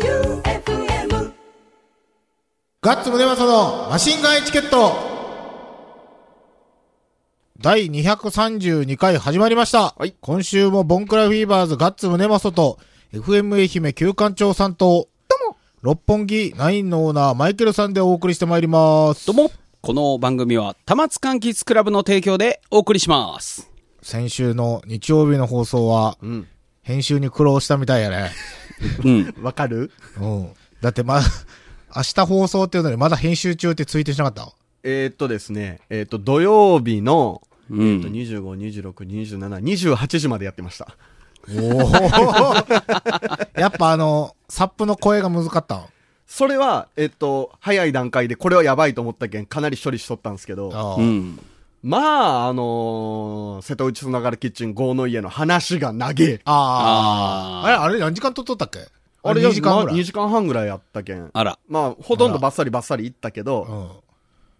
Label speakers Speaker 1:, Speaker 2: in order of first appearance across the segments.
Speaker 1: J-O-E-U-F-M
Speaker 2: ガッツムネマソのマシンガンエチケット第232回始まりました。
Speaker 3: はい
Speaker 2: 今週もボンクラフィーバーズガッツムネマソと FM 愛媛旧館長さんと、六本木ナインのオーナーマイケルさんでお送りしてまいります。
Speaker 3: どうもこの番組は、たまつかんキッズクラブの提供でお送りします。
Speaker 2: 先週の日曜日の放送は、
Speaker 3: うん。
Speaker 2: 編集に苦労したみたいやね。
Speaker 3: うん。
Speaker 4: わかる
Speaker 2: うん。だってま、明日放送っていうのにまだ編集中ってツイートしなかった
Speaker 4: えーっとですね、えーっと、土曜日の、
Speaker 3: う
Speaker 4: えっと
Speaker 3: ん。
Speaker 4: 25、26、27、28時までやってました。
Speaker 2: おお やっぱあの、サップの声が難かった
Speaker 4: それは、えーっと、早い段階でこれはやばいと思ったけん、かなり処理しとったんですけど、
Speaker 2: ああ
Speaker 3: うん。
Speaker 4: まあ、あのー瀬戸内つながるキッチン豪の家の話が長え。
Speaker 2: ああ。あれ、
Speaker 3: あ
Speaker 2: あれ何時間撮っとったっけ
Speaker 4: あれ
Speaker 2: 2時間ぐら
Speaker 4: 2
Speaker 2: い。
Speaker 4: 時間半ぐらいやったけん。
Speaker 3: あら。
Speaker 4: まあ、ほとんどバッサリバッサリいったけ
Speaker 2: う
Speaker 4: ど、
Speaker 2: ん。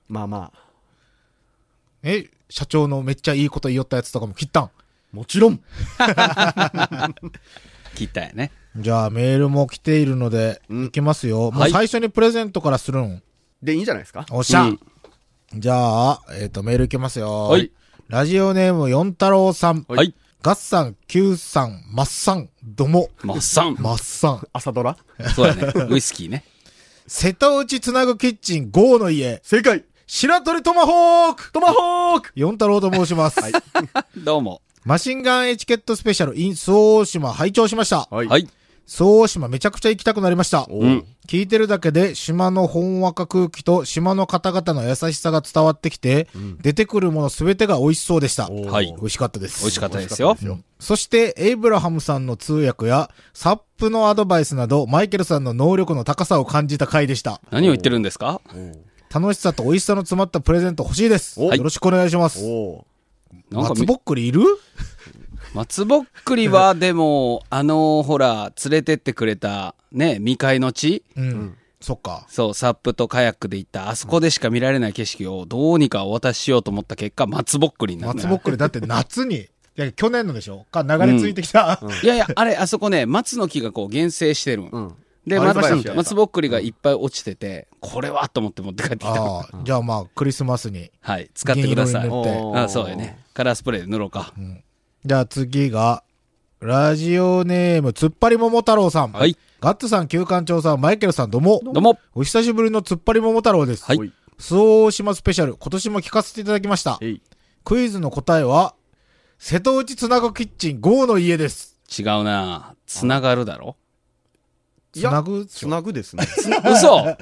Speaker 4: まあまあ、
Speaker 2: え、社長のめっちゃいいこと言いよったやつとかも切ったん
Speaker 4: もちろん、
Speaker 3: 切ったやね。
Speaker 2: じゃあメールも来ているので、
Speaker 4: うん
Speaker 2: いきますよ。も
Speaker 3: は
Speaker 2: う
Speaker 3: い
Speaker 2: 最初にプレゼントからするん。
Speaker 4: でいいんじゃないですか
Speaker 2: おっしゃ
Speaker 3: うん。
Speaker 2: じゃあ、えっと、メールいきますよ。
Speaker 3: はい。
Speaker 2: ラジオネーム、四太郎さん。
Speaker 3: はい。
Speaker 2: ガッサン、キューさん、マッサン、ども、
Speaker 3: まっさん。
Speaker 2: マッサン。
Speaker 4: 朝ドラ
Speaker 3: そうや ね。ウイスキーね。
Speaker 2: 瀬戸内つなぐキッチン、ゴーの家、
Speaker 4: 正解
Speaker 2: 白鳥トマホーク
Speaker 4: トマホーク
Speaker 2: 四太郎と申します。
Speaker 3: どうも。
Speaker 2: マシンガンエチケットスペシャル in 総大島拝聴しました。
Speaker 4: は
Speaker 3: はい。
Speaker 2: 総大島めちゃくちゃ行きたくなりました。
Speaker 4: お
Speaker 3: うん。
Speaker 2: 聞いてるだけで島のほんわか空気と島の方々の優しさが伝わってきて、出てくるものすべてが美味しそうでした。
Speaker 4: お
Speaker 3: はい
Speaker 2: 美味しかったです。
Speaker 3: 美味しかったですよ。
Speaker 2: そして、エイブラハムさんの通訳や、サップのアドバイスなど、マイケルさんの能力の高さを感じた回でした。
Speaker 3: 何を言ってるんですか
Speaker 2: 楽しさと美味しさの詰まったプレゼント欲しいです。
Speaker 4: お
Speaker 2: よろしくお願いします。
Speaker 4: お
Speaker 3: なんか
Speaker 2: 松、ぼっくりいる
Speaker 3: 松ぼっくりは、でも、あのー、ほら、連れてってくれた、ね、未開の地
Speaker 2: うん。そっか。
Speaker 3: そう、サップとカヤックで行った、あそこでしか見られない景色をどうにかお渡ししようと思った結果、松ぼっくりになった。
Speaker 2: 松ぼっくり、だって夏に、いや、去年のでしょか、流れ着いてきた。
Speaker 3: いやいや、あれ、あそこね、松の木がこう、原生してるん。
Speaker 4: うん
Speaker 3: で、
Speaker 4: あれ
Speaker 3: 松
Speaker 4: 林やった
Speaker 3: 松ぼっくりがいっぱい落ちてて、これはと思って持って帰ってきた。
Speaker 2: ああ、じゃあまあ、クリスマスに。
Speaker 3: はい、使ってください。
Speaker 2: 銀色に塗って
Speaker 4: お
Speaker 3: あそうやね。カラースプレーで塗ろうか。
Speaker 2: じゃあ次が、ラジオネーム、つっぱり桃太郎さん。
Speaker 3: はい。
Speaker 2: ガッツさん、旧館長さん、マイケルさん、どうも。
Speaker 3: どうも。
Speaker 2: お久しぶりのつっぱり桃太郎です。
Speaker 3: はい。
Speaker 4: い
Speaker 2: 周防大島スペシャル、今年も聞かせていただきました
Speaker 4: え。い
Speaker 2: クイズの答えは、瀬戸内つなぐキッチン5の家です。
Speaker 3: 違うなつながるだろ
Speaker 2: つ
Speaker 4: い
Speaker 2: な
Speaker 4: や
Speaker 2: ぐ
Speaker 4: つなぐですね。
Speaker 3: つな嘘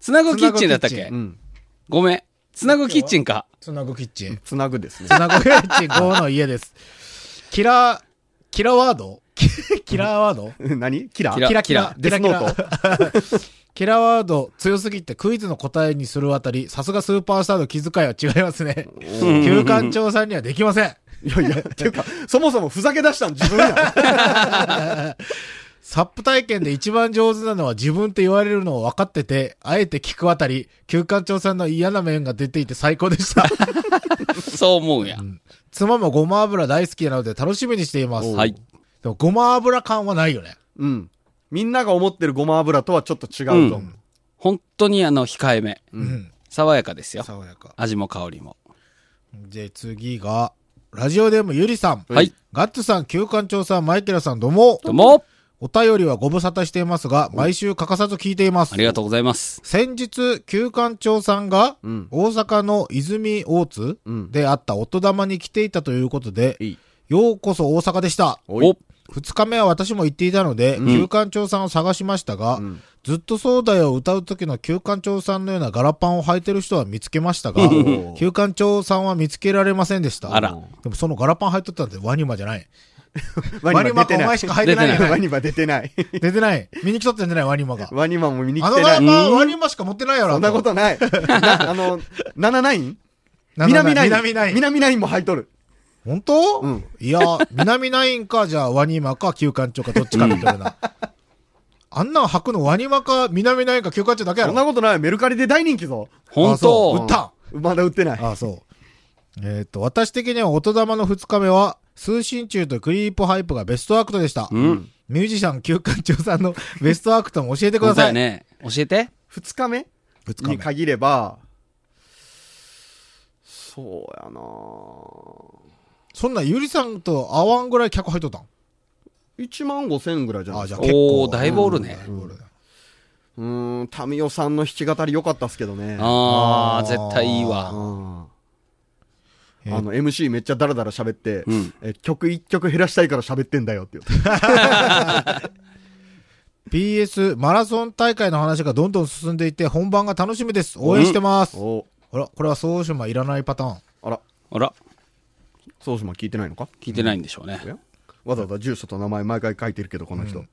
Speaker 3: つなぐキッチンだったっ
Speaker 2: つなぐキッ
Speaker 3: け
Speaker 2: チ
Speaker 4: うん。
Speaker 3: ごめん。つなぐキッチンか。
Speaker 2: つなぐキッチン。
Speaker 4: つなぐですね
Speaker 2: つ。なぐキッチン5の家です。キラー、キラーワード キキラーワード
Speaker 4: 何キラ
Speaker 3: キラ
Speaker 2: キラキラ。
Speaker 4: デスノート。
Speaker 2: キラーワード強すぎてクイズの答えにするあたり、さすがスーパースターの気遣いは違いますね。休館長さんにはできません。
Speaker 4: いやいや、ていうか、そもそもふざけ出したん自 分やん。
Speaker 2: サップ体験で一番上手なのは自分って言われるのを分かってて、あえて聞くあたり、休館長さんの嫌な面が出ていて最高でした。
Speaker 3: そう思うや。
Speaker 2: 妻もごま油大好きなので楽しみにしています。
Speaker 3: はい。
Speaker 2: でもごま油感はないよね。
Speaker 4: うん。みんなが思ってるごま油とはちょっと違うと思う。
Speaker 3: 本当にあの、控えめ。
Speaker 2: うん。
Speaker 3: 爽やかですよ。
Speaker 2: 爽やか。
Speaker 3: 味も香りも。
Speaker 2: で、次が、ラジオネームゆりさん。
Speaker 3: はい。
Speaker 2: ガッツさん、休館長さん、マイケルさん、どうも。
Speaker 3: どうも
Speaker 2: お便りはご無沙汰していますが、毎週欠かさず聞いています。
Speaker 3: ありがとうございます。
Speaker 2: 先日、旧館長さんが、
Speaker 4: うん。
Speaker 2: 大阪の泉大津
Speaker 4: うん
Speaker 2: であった音玉に来ていたということで、
Speaker 4: いい。
Speaker 2: ようこそ大阪でした。
Speaker 4: おい
Speaker 3: お。
Speaker 2: 二日目は私も行っていたので、
Speaker 3: ん
Speaker 2: 旧館長さんを探しましたが、
Speaker 4: うん
Speaker 2: ずっとそうだよを歌う時の旧館長さんのようなガラパンを履いてる人は見つけましたが、
Speaker 4: ん
Speaker 2: 旧館長さんは見つけられませんでした。
Speaker 3: あら。
Speaker 2: でもそのガラパン履いとったんでワニマじゃない。
Speaker 4: ワニマ
Speaker 2: か
Speaker 4: 出て
Speaker 2: お
Speaker 4: な
Speaker 2: 前
Speaker 4: い
Speaker 2: し。か履いてないよね
Speaker 4: ワニマ出 てない。
Speaker 2: 出てない。見に来とったんじゃないワニマが。
Speaker 4: ワニマも見に
Speaker 2: あ
Speaker 4: 来
Speaker 2: の
Speaker 4: て
Speaker 2: ガラ
Speaker 4: ない。
Speaker 2: パン、ワニマしか持ってないやろ。
Speaker 4: そんなことない。 なあの、7ナイン
Speaker 2: なんだ
Speaker 4: 南ナイン。
Speaker 2: 南ナイン。
Speaker 4: 南ナインも入っとる。
Speaker 2: 本当、
Speaker 4: うん
Speaker 2: いや、南ナインか、じゃあワニマか、旧館長か、どっちかみたい な。あんなん履くのワニマか、南ナインか、旧館長だけやろ。
Speaker 4: そんなことない。メルカリで大人気ぞ。
Speaker 3: 本
Speaker 2: あそう売
Speaker 3: 当
Speaker 2: ったん
Speaker 4: まだ売ってない。
Speaker 2: ああ、そう。えっ、と、私的には音玉の2日目は、通信中とクリープハイプがベストアクトでした。
Speaker 3: うん。
Speaker 2: ミュージシャン休館長さんの ベストアクトも教えてくだ
Speaker 3: そう
Speaker 2: さ
Speaker 3: や
Speaker 2: い。
Speaker 3: ね。教えて。
Speaker 4: 二日目
Speaker 2: 二
Speaker 4: に
Speaker 2: 日目。
Speaker 4: 限れば、そうやな
Speaker 2: そんなゆりさんと合わんぐらい客入っとったん
Speaker 4: 1万5千ぐらいじゃない
Speaker 2: あ、
Speaker 4: で
Speaker 2: じゃあ
Speaker 4: すか。
Speaker 2: 結構。
Speaker 3: おーだいぶおるね
Speaker 2: うんだいぶおるね
Speaker 4: うーん、民生さんの弾き語り良かったっすけどね。
Speaker 3: あ
Speaker 2: あー
Speaker 3: あ、絶対いい
Speaker 4: あ
Speaker 3: わ。
Speaker 2: え
Speaker 4: あの、MC めっちゃダラダラ喋って、
Speaker 3: うん
Speaker 4: え曲一曲減らしたいから喋ってんだよって言って。
Speaker 2: PS マラソン大会の話がどんどん進んでいて本番が楽しみです。応援してます。
Speaker 4: お
Speaker 2: あら、これは総島いらないパターン。
Speaker 4: あら、
Speaker 3: あら、
Speaker 4: そうしま聞いてないのか
Speaker 3: 聞いてないんでしょうね
Speaker 4: お。やわざわざ住所と名前毎回書いてるけど、この 人。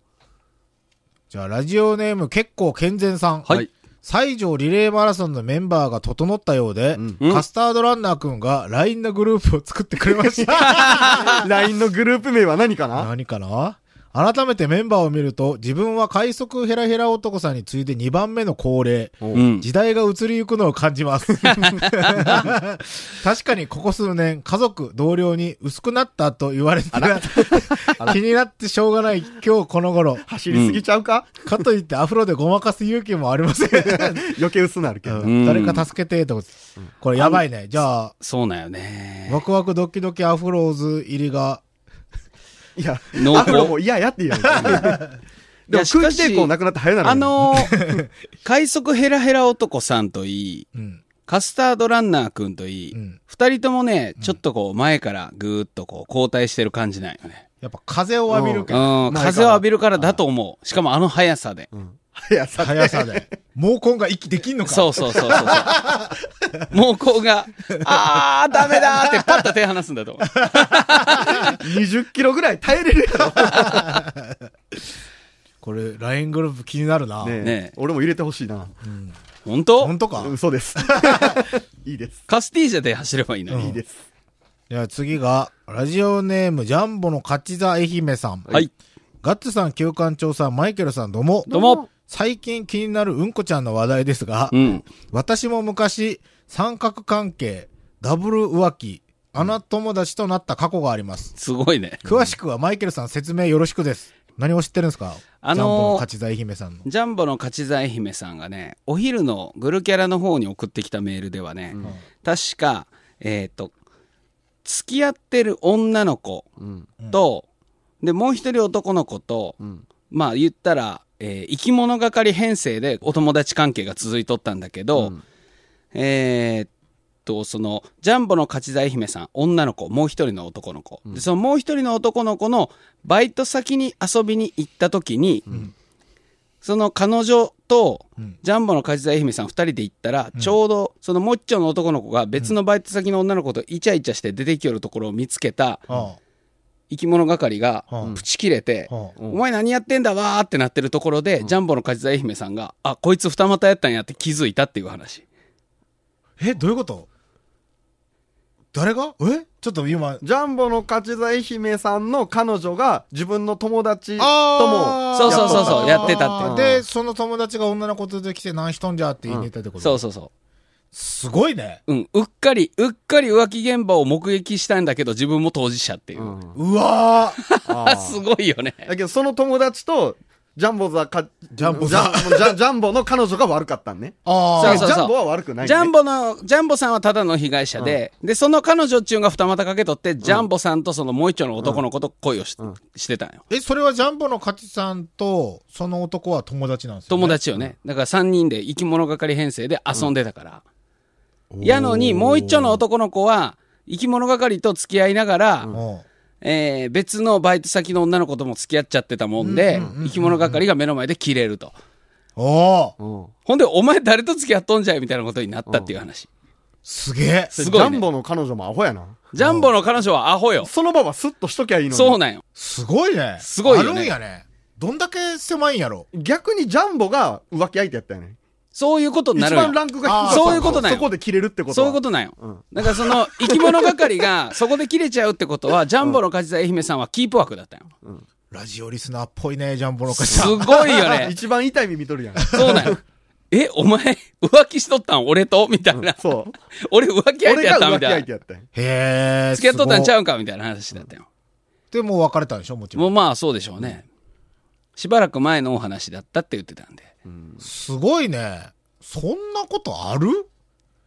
Speaker 2: じゃあ、ラジオネーム結構健全さん。
Speaker 3: はい。
Speaker 2: 西条リレーマラソンのメンバーが整ったようで、
Speaker 3: うん
Speaker 2: カスタードランナーくんが LINE のグループを作ってくれました。
Speaker 4: LINE のグループ名は何かな
Speaker 2: 何かな改めてメンバーを見ると、自分は快速ヘラヘラ男さんに次いで2番目の高齢。
Speaker 3: うん。
Speaker 2: 時代が移りゆくのを感じ ます。確かにここ数年、家族、同僚に薄くなったと言われてた 気になってしょうがない今日この頃。
Speaker 4: 走りすぎちゃうか、
Speaker 2: かといってアフロでごまかす勇気もありません。
Speaker 4: 余計薄なるけど。
Speaker 3: ん
Speaker 2: 誰か助けて、と。これやばいね。じゃあ、
Speaker 3: そうなんよね。
Speaker 2: ワクワクドキドキアフローズ入りが、
Speaker 4: いや、
Speaker 3: 濃厚
Speaker 4: アフロも嫌やって言うやんでも
Speaker 3: し
Speaker 4: 空
Speaker 3: かし
Speaker 4: 気抵抗なくなって早なるよ
Speaker 3: あのー、快速ヘラヘラ男さんといい、
Speaker 2: うん。
Speaker 3: カスタードランナーくんといい
Speaker 2: うん、
Speaker 3: 二、人ともね、ちょっとこう前からぐーっとこう交代してる感じなんよね。
Speaker 2: やっぱ風を浴びる
Speaker 3: う
Speaker 2: けど、
Speaker 3: ん、
Speaker 4: 前から
Speaker 3: 風を浴びるからだと思う。しかもあの速さで。
Speaker 4: うん速さ
Speaker 2: 速さで。 毛根が息できんのか。
Speaker 3: そうそうそうそうそう。猛攻が、あー、ダメだーってパッと手離すんだと思う。
Speaker 4: 20キロぐらい耐えれるや
Speaker 2: これ、LINE グループ気になるな。
Speaker 4: ろ。ねえ
Speaker 3: ねえ
Speaker 4: 俺も入れてほしいな。
Speaker 3: 本当
Speaker 2: 本当か、
Speaker 4: うんそうです。 いいです。
Speaker 3: カスティージャで走ればいいの
Speaker 2: うん
Speaker 3: に。
Speaker 4: いいです。
Speaker 2: じゃあ次が、ラジオネーム、ジャンボの勝ち座愛媛さん。
Speaker 3: はい。
Speaker 2: ガッツさん、旧館長さん、マイケルさん、どうも。
Speaker 3: どうも。
Speaker 2: 最近気になるうんこちゃんの話題ですが、
Speaker 3: うん。
Speaker 2: 私も昔、三角関係、ダブル浮気、穴友達となった過去があります。
Speaker 3: すごいね。
Speaker 2: 詳しくはマイケルさん説明よろしくです。何を知ってるんですか
Speaker 3: あのー
Speaker 2: ジャンボの勝ち座愛媛さんの。
Speaker 3: ジャンボの勝ち座愛媛さんがね、お昼のグルキャラの方に送ってきたメールではね、確か、えっ、と、付き合ってる女の子
Speaker 4: うん。
Speaker 3: と、で、もう一人男の子と、
Speaker 4: うん。
Speaker 3: まあ言ったら、えー生き物係編成でお友達関係が続いとったんだけど、
Speaker 4: うん
Speaker 3: えーっと、その、ジャンボの勝ち座愛媛さん、女の子、もう一人の男の子、で、そのもう一人の男の子のバイト先に遊びに行った時に、その彼女と
Speaker 2: うん、
Speaker 3: ジャンボの勝ち座愛媛さん二人で行ったら、ちょうど、そのもっちょの男の子が別のバイト先の女の子とイチャイチャして出てきよるところを見つけた
Speaker 2: あ
Speaker 3: 生き物係が
Speaker 2: うん、
Speaker 3: プチ切れて、
Speaker 2: あああ
Speaker 4: うん
Speaker 3: お前何やってんだわーってなってるところで、ジャンボの勝ち座愛媛さんが、あ、こいつ二股やったんやって気づいたっていう話。
Speaker 2: え、どういうこと誰がえちょっと今、
Speaker 4: ジャンボの勝ち座愛媛さんの彼女が自分の友達と
Speaker 2: あ
Speaker 4: も
Speaker 2: ー
Speaker 3: そうそうそうそうやってた
Speaker 4: って
Speaker 2: で、その友達が女の子と出てきて何しとんじゃって言いに行ったってこと、
Speaker 3: そうそうそう。
Speaker 2: すごいね。
Speaker 3: うん、うっかり、うっかり浮気現場を目撃したんだけど、自分も当事者っていう。
Speaker 4: うん
Speaker 2: うわー
Speaker 4: あ
Speaker 3: あ、
Speaker 4: ー
Speaker 3: すごいよね。
Speaker 4: だけどその友達とジャンボザか
Speaker 2: ジャンボザ
Speaker 4: ジャンジャジャンボの彼女が悪かったんね。
Speaker 2: あ
Speaker 3: そう
Speaker 2: ー
Speaker 3: そうそう
Speaker 4: ジャンボは悪くない、ね。
Speaker 3: ジャンボの、ジャンボさんはただの被害者で、で、その彼女っちゅうんが二股かけとって、ジャンボさんとそのもう一丁の男の子と恋をし,、
Speaker 4: うん
Speaker 3: してたんよ。
Speaker 2: え、それはジャンボの勝ちさんと、その男は友達なんですよ、ね。
Speaker 3: 友。達よね。だから三人で生き物係編成で遊んでたから。やのに、もう一丁の男の子は、生き物係と付き合いながら、
Speaker 2: うん。
Speaker 3: えー別のバイト先の女の子とも付き合っちゃってたもんで、生き物係が目の前で切れると。
Speaker 2: おー
Speaker 4: うん
Speaker 3: ほんで、お前誰と付き合っとんじゃいみたいなことになったっていう話。
Speaker 2: すげえ。
Speaker 3: すごいね
Speaker 4: ジャンボの彼女もアホやな。
Speaker 3: ジャンボの彼女はアホよ。
Speaker 4: その場はスッとしときゃいいのに。
Speaker 3: そうなんよ。
Speaker 2: すごいね。
Speaker 3: すごいよね
Speaker 2: あるんやね。どんだけ狭いんやろ。
Speaker 4: 逆にジャンボが浮気相手やったよね。
Speaker 3: そういうことにな
Speaker 4: 一
Speaker 3: るんよ
Speaker 4: 番ランクが低かった
Speaker 3: あーそういうことなんや
Speaker 4: そこで切れるってことは
Speaker 3: そういうことなんよ。だからその、生き物係が そこで切れちゃうってことは、ジャンボの勝ち座愛媛さんはキープ枠だったよ。
Speaker 2: ラジオリスナーっぽいね、ジャンボの勝ち
Speaker 3: す
Speaker 2: さん。
Speaker 3: ごいよ
Speaker 4: あ
Speaker 3: ね。
Speaker 4: 一番痛い目見とるや ん。
Speaker 3: そうなんよ。え、お前、浮気しとったん俺とみたいな。
Speaker 4: そう。
Speaker 3: 俺浮気相手
Speaker 4: 俺
Speaker 3: や
Speaker 4: が
Speaker 3: った
Speaker 4: 浮
Speaker 3: み
Speaker 4: 気
Speaker 3: た
Speaker 4: 相
Speaker 3: い
Speaker 4: 手
Speaker 3: な。
Speaker 4: やったんや
Speaker 2: へえ。
Speaker 3: 付き合っとったんち
Speaker 2: う
Speaker 3: ゃうんかみたいな話だったよ。
Speaker 2: で、もう別れたんでしょもちろん。
Speaker 3: もうまあそうでしょうね。しばらく前のお話だったって言ってたんで、
Speaker 2: すごいね。そんなことある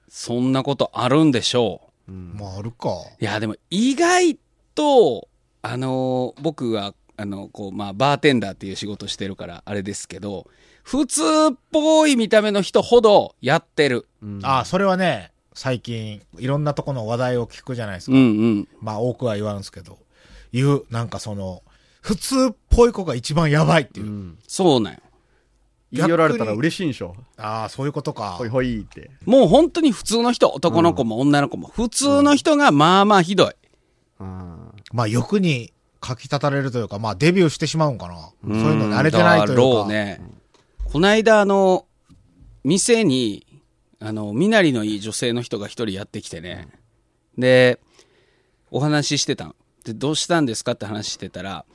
Speaker 3: そんなことあるんでしょう。
Speaker 2: まあ、あるか。
Speaker 3: いや、でも意外と、あのー僕は、あの、こう、まあ、バーテンダーっていう仕事してるから、あれですけど、普通っぽい見た目の人ほどやってる。
Speaker 2: ああ、それはね、最近、いろんなとこの話題を聞くじゃないです
Speaker 3: うん
Speaker 2: か。
Speaker 3: うん。
Speaker 2: まあ、多くは言わんすけど。言う、なんかその、普通っぽい子が一番やばいっていう。
Speaker 3: そうなんよ。
Speaker 4: 言い寄られたら嬉しいんでしょ。
Speaker 2: ああ、そういうことか
Speaker 4: ほい。ほいって。
Speaker 3: もう本当に普通の人、男の子も女の子も、普通の人がまあまあひどい。
Speaker 4: うん
Speaker 2: まあ、欲にかき立たれるというか、まあ、デビューしてしまうんかな。そういうの慣れてないとい
Speaker 3: だ
Speaker 2: うか。
Speaker 3: ろうね。こないだ、あの、店に、あの、身なりのいい女性の人が一人やってきてね。で、お話ししてたん。で、どうしたんですかって話してたら、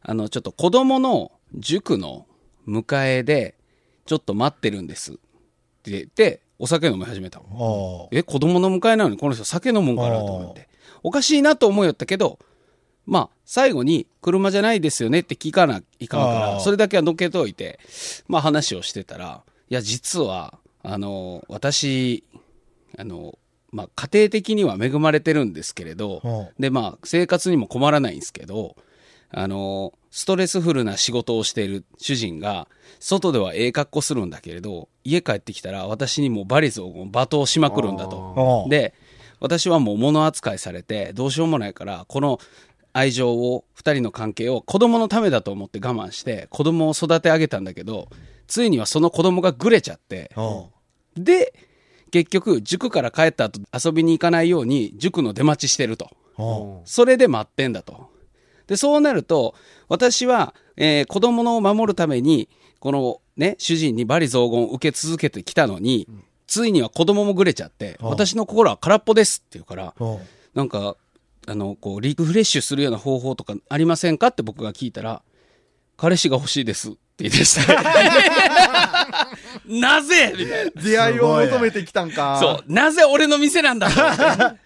Speaker 3: あの、ちょっと子供の塾の迎えで、ちょっと待ってるんです。って言って、お酒飲み始めたの。
Speaker 2: ああ
Speaker 3: え、子供の迎えなのにこの人酒飲むんかなと思って。おかしいなと思いよったけど、まあ、最後に車じゃないですよねって聞かないかんか
Speaker 2: あ
Speaker 3: ら、
Speaker 2: ー
Speaker 3: それだけはのけといて、まあ話をしてたら、いや、実は、あの、私、あの、まあ家庭的には恵まれてるんですけれ
Speaker 2: うん
Speaker 3: ど、で、まあ生活にも困らないんですけど、あの、ストレスフルな仕事をしている主人が、外ではええ格好するんだけれど、家帰ってきたら私にもう罵詈を罵倒しまくるんだと。
Speaker 2: ああ。
Speaker 3: で、私はもう物扱いされて、どうしようもないから、この愛情を、二人の関係を子供のためだと思って我慢して、子供を育て上げたんだけど、ついにはその子供がぐれちゃって、
Speaker 2: うん
Speaker 3: で、結局、塾から帰った後遊びに行かないように、塾の出待ちしてると。
Speaker 2: うん
Speaker 3: それで待ってんだと。で、そうなると、私は、えー子供のを守るために、このね、主人に罵詈雑言を受け続けてきたのに、ついには子供もぐれちゃって、
Speaker 2: ああ
Speaker 3: 私の心は空っぽですって言うから、
Speaker 2: うん
Speaker 3: なんか、あの、こう、リフレッシュするような方法とかありませんかって僕が聞いたら、彼氏が欲しいですって言い 出して。 なぜみたいな。
Speaker 4: 出会いを求めてきたんか。
Speaker 3: そう。なぜ俺の店なんだと思って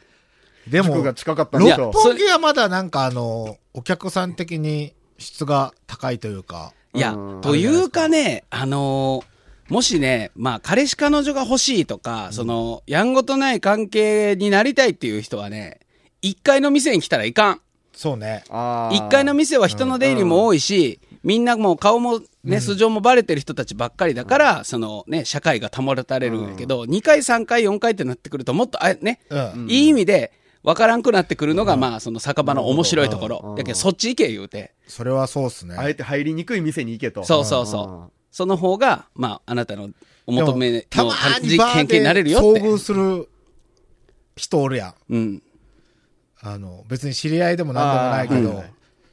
Speaker 2: でも
Speaker 4: 塾、が近かったんで
Speaker 2: 六
Speaker 4: しょ
Speaker 3: い。や
Speaker 2: 本木はまだなんかあの、お客さん的に質が高いというか。
Speaker 3: いや
Speaker 4: うん、
Speaker 3: というかね、あのーもしね、まあ、彼氏彼女が欲しいとか、その、やんごとない関係になりたいっていう人はね、一階の店に来たらいかん。
Speaker 2: そうね。
Speaker 4: あー
Speaker 3: 一階の店は人の出入りも多いし、みんなもう顔もね、素性もバレてる人たちばっかりだから、そのね、社会が保たれるんやけど、二階、三階、四階ってなってくると、もっと、あね、
Speaker 2: うん。
Speaker 3: いい意味で、わからんくなってくるのが、まあ、その酒場の面白いところ。だけど、そっち行け言うて。
Speaker 2: それはそうっすね。
Speaker 4: あえて入りにくい店に行けと。。
Speaker 3: そうそうそううんその方が、まあ、あなたのお求めの
Speaker 2: でもたまーにバ
Speaker 3: 研
Speaker 2: ー
Speaker 3: 究
Speaker 2: で
Speaker 3: になれるよっ
Speaker 2: 遭
Speaker 3: て。
Speaker 2: 遇する人おるやん。
Speaker 3: うん。
Speaker 2: あの、別に知り合いでもなんでもないけ
Speaker 4: あーはい
Speaker 2: ど
Speaker 4: はい、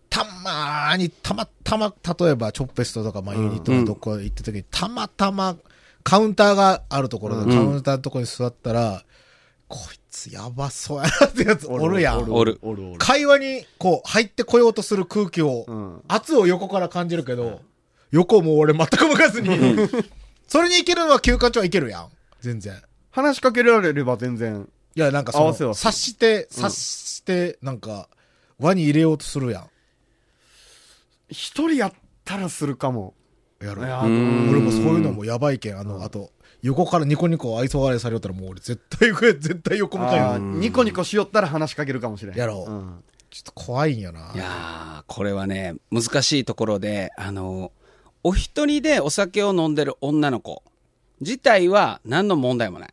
Speaker 2: たまーに、たまたま、例えば、チョッペストとか、まあ、ユニットのどこ行った時に、たまたま、カウンターがあるところで、カウンターのとこに座ったら、こいつやばそうやなってやつおるやん。
Speaker 3: おる。
Speaker 4: おるおる。
Speaker 2: 会話に、こう、入ってこようとする空気を、
Speaker 4: ん
Speaker 2: 圧を横から感じるけど、横もう俺全く向かずに、それに行けるのは休館長はいけるやん。全然。
Speaker 4: 話しかけられれば全然。
Speaker 2: いや、なんかそ
Speaker 4: 合
Speaker 2: の、
Speaker 4: わせは
Speaker 2: 察して、察して、なんか、輪に入れようとするやん。
Speaker 4: 一人やったらするかも。
Speaker 2: やろ
Speaker 4: いや
Speaker 2: 俺もそういうのもやばいけん、あの、あと、横からニコニコ愛想笑いされよったらもう俺絶対、 絶対横向かん
Speaker 4: あー
Speaker 2: よ。
Speaker 4: ニコニコしよったら話しかけるかもしれん。
Speaker 2: やろう
Speaker 4: うん
Speaker 2: ちょっと怖いんやない
Speaker 3: やー、これはね、難しいところで、あの、お一人でお酒を飲んでる女の子自体は何の問題もない。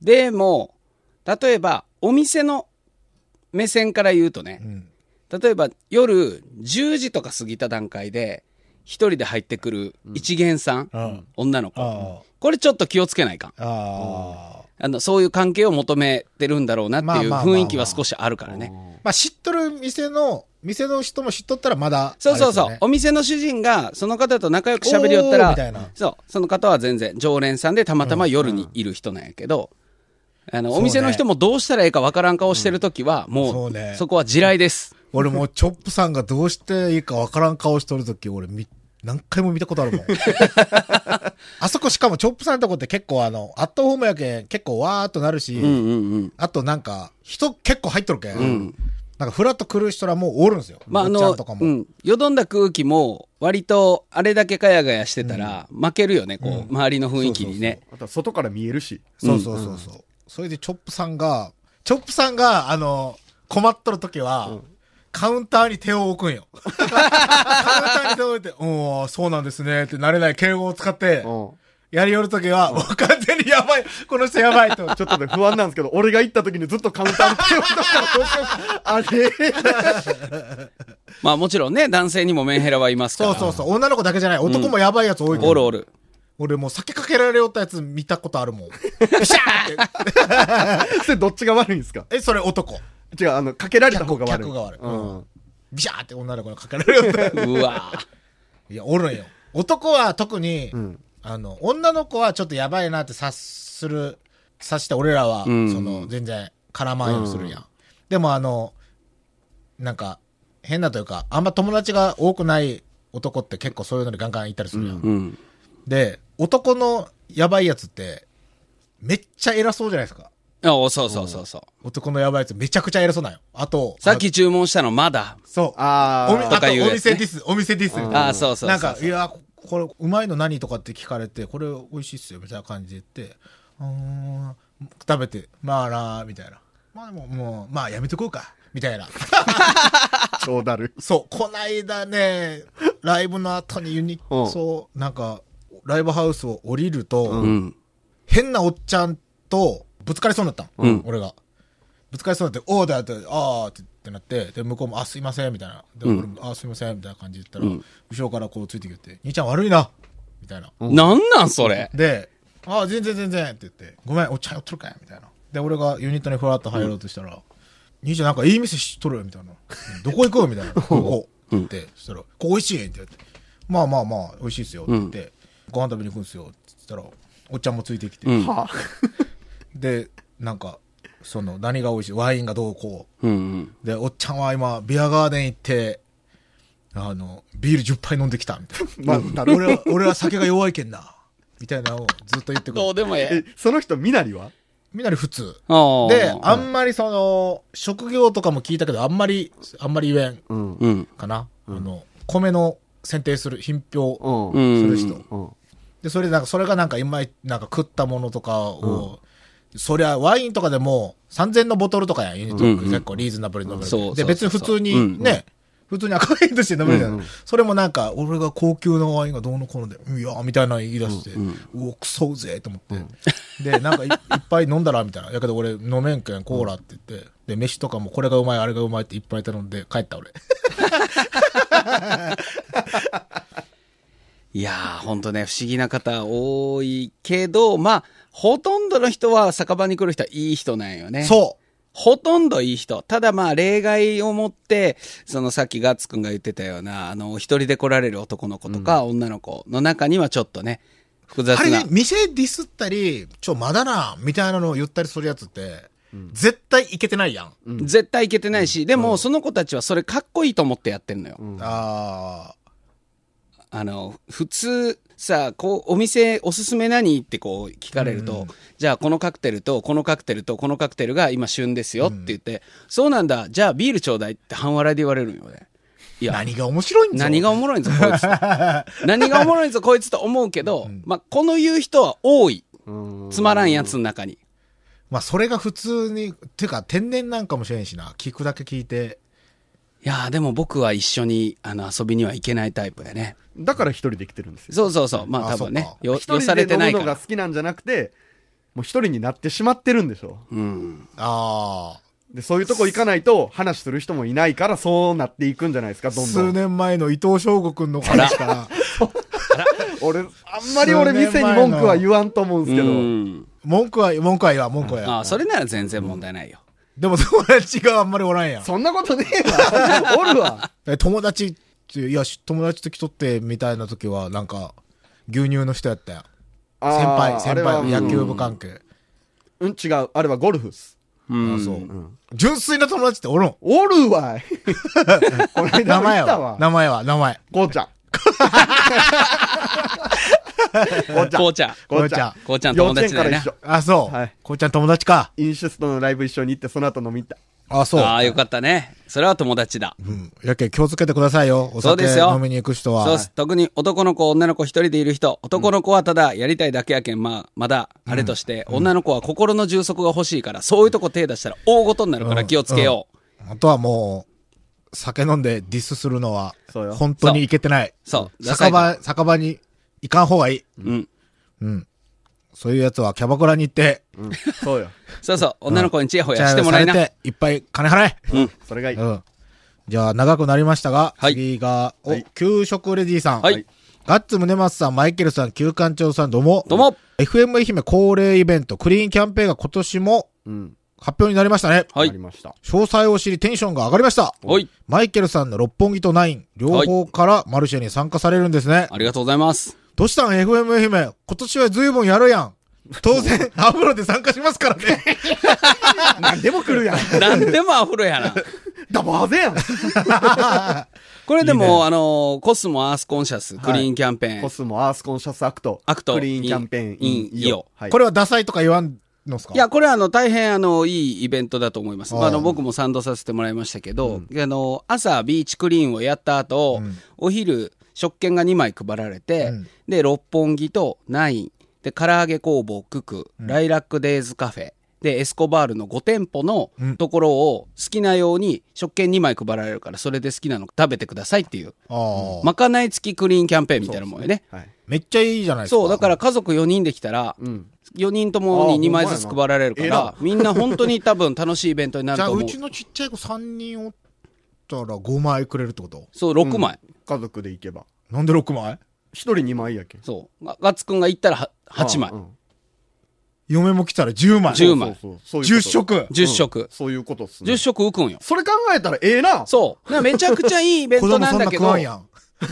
Speaker 3: でも、例えば、お店の目線から言うとね、
Speaker 2: ん
Speaker 3: 例えば夜10時とか過ぎた段階で、一人で入ってくる一元さん、
Speaker 2: うん
Speaker 3: 女の子、
Speaker 2: あ
Speaker 3: これちょっと気をつけないかん。
Speaker 2: あ。あ
Speaker 3: あの、そういう関係を求めてるんだろうなっていう
Speaker 2: まあまあまあまあ
Speaker 3: 雰囲気は少しあるからね。
Speaker 2: あ。まあ、知っとる店の、店の人も知っとったらまだ、
Speaker 3: そうそうそ
Speaker 2: あれ
Speaker 3: う
Speaker 2: で。すよ
Speaker 3: お
Speaker 2: ね
Speaker 3: 店の主人が、その方と仲良く喋りよった
Speaker 2: おー
Speaker 3: ら
Speaker 2: みたいな、
Speaker 3: そう、その方は全然常連さんでたまたま夜にいる人なんやけど、あの、お店の人もどうしたらええかわからん顔してるときは、も
Speaker 2: そううね、
Speaker 3: そこは地雷です。
Speaker 2: 俺もうチョップさんがどうしていいかわからん顔しとるとき、俺み、何回も見たことあるもん。 あそこしかもチョップさんのとこって結構あの、アットホームやけん結構わーっとなるし、
Speaker 3: うんうんうん。
Speaker 2: あとなんか、人結構入っとるけん。
Speaker 3: ん
Speaker 2: なんかフラッと来る人らもうおるんですよ。
Speaker 3: まあ、あ
Speaker 2: おっちゃ
Speaker 3: の
Speaker 2: んとか、も。
Speaker 3: うん、よどんだ空気も、割と、あれだけガヤガヤしてたら、負けるよね、こう、周りの雰囲気にね。
Speaker 4: あとは外から見えるし。
Speaker 2: そうそうそうそう。それでチョップさんが、チョップさんが、あの、困っとる時は、カウンターに手を置くん よ。カウンターに手を置いて、おーそうなんですねって慣れない敬語を使って、
Speaker 4: うん
Speaker 2: やりよる時は、もう完全にやばい、この人やばいと。
Speaker 4: ちょっとね、不安なんですけど、俺が行った時にずっとカウンターに手を出したらどうしようあれ
Speaker 3: まあ、もちろんね、男性にもメンヘラはいますから。
Speaker 2: そうそうそう。女の子だけじゃない。男もやばいやつ多いから
Speaker 3: おるおる。
Speaker 2: 俺もう酒かけられよったやつ見たことあるもん。シャーって。
Speaker 4: それどっ ちが悪いんですか
Speaker 2: え、それ男。
Speaker 4: 違う、あの、かけられた方が悪い。
Speaker 2: 客が悪い
Speaker 4: うん。
Speaker 2: ビシャーって女の子にかけられよったやつ。
Speaker 3: うわぁ
Speaker 2: いや、おるんよ。男は特に、
Speaker 4: ん
Speaker 2: あの、女の子はちょっとやばいなって察する、察して俺らは、
Speaker 3: ん
Speaker 2: その、全然絡まんようにするやん。でもあの、なんか、変なというか、あんま友達が多くない男って結構そういうのにガンガン行ったりするやん。
Speaker 3: うん。
Speaker 2: で、男のやばいやつって、めっちゃ偉そうじゃないですか。
Speaker 3: あおそうそうそうそう。
Speaker 2: 男のやばいやつめちゃくちゃ偉そうなんよ。あと、
Speaker 3: さっき注文したの、まだ。
Speaker 2: あ、そう。
Speaker 4: あー
Speaker 2: おみあ
Speaker 3: と
Speaker 2: と
Speaker 3: かいうやつね
Speaker 2: お店ディス、お店ディスみたいな。
Speaker 3: あそうそうそうそう。
Speaker 2: なんか、いや、これ、うまいの何とかって聞かれて、これ美味しいっすよ、みたいな感じで言って、うーん、食べて、まあなー、みたいな。まあでも、もう、まあやめとこうか、みたいな。
Speaker 4: 超だる。
Speaker 2: そう、こないだね、ライブの後にユニ
Speaker 4: うん
Speaker 2: そう、なんか、ライブハウスを降りると、
Speaker 3: うん。
Speaker 2: 変なおっちゃんとぶつかりそうになったの、
Speaker 3: うん
Speaker 2: 俺が。ぶつかりそうになって、おーだって、あーってってなって、で、向こうも、あ、すいません、みたいな。で、俺も、あ、すいません、みたいな感じで言ったら、後ろからこうついてきて、兄ちゃん悪いな、みたいな。
Speaker 3: なんなんそれ。
Speaker 2: で、あ、全然全然って言って、ごめん、お茶やっとるかいみたいな。で、俺がユニットにふらっと入ろうとしたら、兄ちゃんなんかいい店しとるよみたいな。どこ行くみたいな。ここ。って言って、そしたら、ここ美味しいって言って。まあまあまあ、美味しいっすよって言って、ご飯食べに行くんすよって言ったら、おっちゃんもついてきて。
Speaker 3: うん
Speaker 4: は
Speaker 2: で、なんか、その、何が美味しいワインがどうこ
Speaker 3: うんうん。
Speaker 2: う。で、おっちゃんは今、ビアガーデン行って、あの、ビール10杯飲んできたみたいな。
Speaker 4: まあ、だる。
Speaker 2: 俺は、俺は酒が弱いけんな。みたいなのをずっと言ってくる
Speaker 3: どう。でもええ
Speaker 4: え。、その人、みなりは
Speaker 2: みんなより普通。
Speaker 3: ああ。
Speaker 2: で、あんまりその、職業とかも聞いたけど、あんまり、あんまり言えん
Speaker 4: うん。
Speaker 3: うん。
Speaker 2: かな。あの、米の選定する、品評
Speaker 3: う
Speaker 4: うん。うん。
Speaker 3: ん。
Speaker 2: する人。
Speaker 4: うん。
Speaker 2: で、それでなんか、それがなんか今、なんか食ったものとかを、そりゃ、ワインとかでも、3000のボトルとかやん、ユニット
Speaker 3: うんうん
Speaker 2: 結構リーズナブルに飲める。
Speaker 3: そうそうそう
Speaker 2: で、別に普通
Speaker 3: うんう
Speaker 2: に
Speaker 3: ん
Speaker 2: ね、普通に赤ワインとして飲めるじゃん。
Speaker 4: うんうん
Speaker 2: それもなんか、俺が高級なワインがどうのこうので、いやーみたいなの言い出して、うお、くそうぜと思って。で、なんかいいっぱい飲んだら、みたいな。やけど俺飲めんけん、コーラって言って。で、飯とかもこれがうまい、あれがうまいっていっぱい頼んで帰った俺。
Speaker 3: いやー、ほんとね、不思議な方多いけど、まあ、ほとんどの人は、酒場に来る人はいい人なんよね。う。
Speaker 2: そ
Speaker 3: ほとんどいい人。ただまあ、例外をもって、そのさっきガッツくんが言ってたような、あの、お一人で来られる男の子とか、女の子の中にはちょっとね、複
Speaker 2: う。
Speaker 3: 雑
Speaker 2: あれ
Speaker 3: な
Speaker 2: ね、。店ディスったり、ちょ、まだな、みたいなのを言ったりするやつって、絶対いけてないやん。
Speaker 3: 絶対いけてないし、でも、その子たちはそれかっこいいと思ってやってんのよ。
Speaker 2: ああ。
Speaker 3: あの、普通、さこう、お店、おすすめ何ってこう、聞かれると、じゃあ、このカクテルと、このカクテルと、このカクテルが今旬ですよって言って、そうなんだ、じゃあビールちょうだいって半笑いで言われるんよね。いや、
Speaker 2: 何が面白いんだ
Speaker 3: 何がおもろいんぞ、こいつ。 何がおもろいんぞ、こいつと思うけど、まあ、この言う人は多い。つまらんやつの中に。
Speaker 2: まあ、それが普通に、ていうか、天然なんかもしれんしな。聞くだけ聞いて。
Speaker 3: いやーでも僕は一緒に、あの、遊びには行けないタイプやね。
Speaker 4: だから一人で来てるんですよ。
Speaker 3: そうそうそう。まあ、
Speaker 2: あ
Speaker 3: 多分ね
Speaker 2: そっ。か
Speaker 3: よ
Speaker 4: 一、
Speaker 3: よ
Speaker 4: 人
Speaker 3: さ
Speaker 4: で
Speaker 3: れて
Speaker 4: 飲
Speaker 3: な
Speaker 4: む
Speaker 3: いか
Speaker 4: のが
Speaker 3: ら。
Speaker 4: 好きなんじゃなくて、もう一人になってしまってるんでしょ
Speaker 3: うん。
Speaker 2: あ
Speaker 4: で、そういうとこ行かないと話する人もいないから、そうなっていくんじゃないですか、
Speaker 2: あ。
Speaker 4: どんど
Speaker 2: 数
Speaker 4: ん。
Speaker 2: 年前の伊藤翔吾くんの話から、
Speaker 4: 俺、あんまり俺店に文句は言わんと思うんですけど。
Speaker 3: うん
Speaker 2: 文句は、文句は言わん、文句は言わん
Speaker 3: ああ、それなら全然問題ないよ。
Speaker 2: でも友達があんまりおらんやん。
Speaker 4: そんなことねえわ。おるわ。
Speaker 2: え友達って、いや、し友達と来とってみたいな時は、なんか、牛乳の人やったやん。
Speaker 4: あー
Speaker 2: 先輩、
Speaker 4: あ
Speaker 2: 先
Speaker 4: れは
Speaker 2: 輩、野球部関係。
Speaker 4: うん、違う。あれはゴルフっす。
Speaker 3: うん
Speaker 2: あそう、純粋な友達っておるん。
Speaker 4: お るわい。この
Speaker 2: 名
Speaker 4: 間も言
Speaker 2: 前
Speaker 4: った
Speaker 2: は
Speaker 4: わ。。
Speaker 2: 名前は、名前。
Speaker 4: こうちゃん。こうちゃん。
Speaker 3: こうちゃん
Speaker 4: こうちゃん。
Speaker 3: こうちゃん友達だよ
Speaker 4: 幼
Speaker 3: ね
Speaker 4: 稚園から一緒。
Speaker 2: あ、そう。
Speaker 4: はい
Speaker 2: こうちゃん友達か。
Speaker 4: インシュストのライブ一緒に行って、その後飲み行った。
Speaker 2: あ、そう。
Speaker 3: ああ、よかったね。それは友達だ。
Speaker 2: うん。やけん気をつけてくださいよ。お
Speaker 3: そう
Speaker 2: 酒
Speaker 3: ですよ
Speaker 2: 飲みに行く人は。
Speaker 3: そうっす。特に男の子、女の子一人でいる人。男の子はただやりたいだけやけん、まあ、まだ、あれとして、女の子は心の充足が欲しいから、そういうとこ手出したら大ごとになるから気をつけよう。
Speaker 2: あとはもう、酒飲んでディスするのは
Speaker 4: そうよ、
Speaker 2: 本当にいけてない。
Speaker 3: そうダサ
Speaker 2: 酒
Speaker 3: いから
Speaker 2: 場、酒場に行かん方がいい。
Speaker 3: うん。
Speaker 2: うん。そういうやつはキャバクラに行って、
Speaker 4: うん、そうよ。
Speaker 3: そうそう、女の子にチヤホ
Speaker 2: チ
Speaker 3: ヤ
Speaker 2: ャ
Speaker 3: し
Speaker 2: イ
Speaker 3: て
Speaker 2: ム
Speaker 3: も
Speaker 2: さ
Speaker 3: らい
Speaker 2: れ
Speaker 3: な。
Speaker 2: て、いっぱい金払え。
Speaker 3: うん。
Speaker 4: それがいい。
Speaker 2: うん。じゃあ、長くなりましたが、
Speaker 3: はい
Speaker 2: 次が、お、
Speaker 4: はい
Speaker 2: 給食レディさん。
Speaker 3: はい。
Speaker 2: ガッツムネマスさん、マイケルさん、旧館長さん、どうも。
Speaker 3: どうも。
Speaker 2: FM 愛媛恒例イベント、クリーンキャンペーンが今年も
Speaker 4: うん。
Speaker 2: 発表になりましたね。
Speaker 3: は
Speaker 4: あり
Speaker 3: い。
Speaker 4: ました。
Speaker 2: 詳細を知りテンションが上がりました。
Speaker 3: はい。
Speaker 2: マイケルさんの六本木とナイン、両方からマルシェに参加されるんですね。
Speaker 3: ありがとうございます。
Speaker 2: どしたん FM 愛媛、今年は随分やるやん。当然、アフロで参加しますからね。
Speaker 4: 何でも来るやん。
Speaker 3: なんでもアフロやな。
Speaker 4: ダバーゼやん。
Speaker 3: これでも、あの、コスモアースコンシャス、クリーンキャンペーン、
Speaker 4: コスモ、アースコンシャスアクト。
Speaker 3: アクト
Speaker 4: クリーンキャンペーン、
Speaker 3: インインイオ
Speaker 4: は い。
Speaker 2: こ
Speaker 4: れ、
Speaker 2: れはダサいとか言わんのっすか
Speaker 3: いや、これはあの、大変あの、いいイベントだと思います。
Speaker 2: あ
Speaker 3: ま
Speaker 2: ー
Speaker 3: あ、あの、僕も賛同させてもらいましたけど、あの、朝ビーチクリーンをやった後、お昼、食券が2枚配られて、
Speaker 2: うん
Speaker 3: で、六本木とナイン、で、唐揚げ工房クク、ライラックデイズカフェ、で、エスコバールの5店舗の
Speaker 2: うん
Speaker 3: ところを好きなように食券2枚配られるから、それで好きなの食べてくださいっていう、
Speaker 2: あー
Speaker 3: まかない付きクリーンキャンペーンみたいなもんよね。
Speaker 4: はい。
Speaker 2: めっちゃいいじゃないですか。
Speaker 3: そう、だから家族4人で来たら、
Speaker 4: うん。
Speaker 3: 4人ともに2枚ずつ配られるか
Speaker 4: あ
Speaker 3: ら、みんな本当に多分楽しいイベントにな
Speaker 2: じ
Speaker 3: る
Speaker 2: ゃあ、
Speaker 3: と
Speaker 2: う
Speaker 3: 思う。
Speaker 2: ちのちっちゃい子3人おったら5枚くれるってこと
Speaker 3: そう、6枚。
Speaker 4: 家族で行けば。
Speaker 2: なんで6枚
Speaker 4: 一人二枚やけん。
Speaker 3: そう。がガッツくんが行ったらは8枚
Speaker 4: う。ん
Speaker 2: 嫁も来たら10枚。
Speaker 3: 10枚
Speaker 4: そうそうそう
Speaker 2: 10。食。
Speaker 3: 10
Speaker 4: うん
Speaker 3: 食。
Speaker 4: そういうことっすね。
Speaker 3: 10食浮くんよ。
Speaker 4: それ考えたらええな。
Speaker 3: そう。なめちゃくちゃいいイベン
Speaker 2: 子
Speaker 3: ト
Speaker 2: 供
Speaker 3: な
Speaker 2: そ
Speaker 3: ん
Speaker 2: んな
Speaker 3: だけ
Speaker 2: 食
Speaker 3: ど。
Speaker 2: わん
Speaker 3: い
Speaker 2: や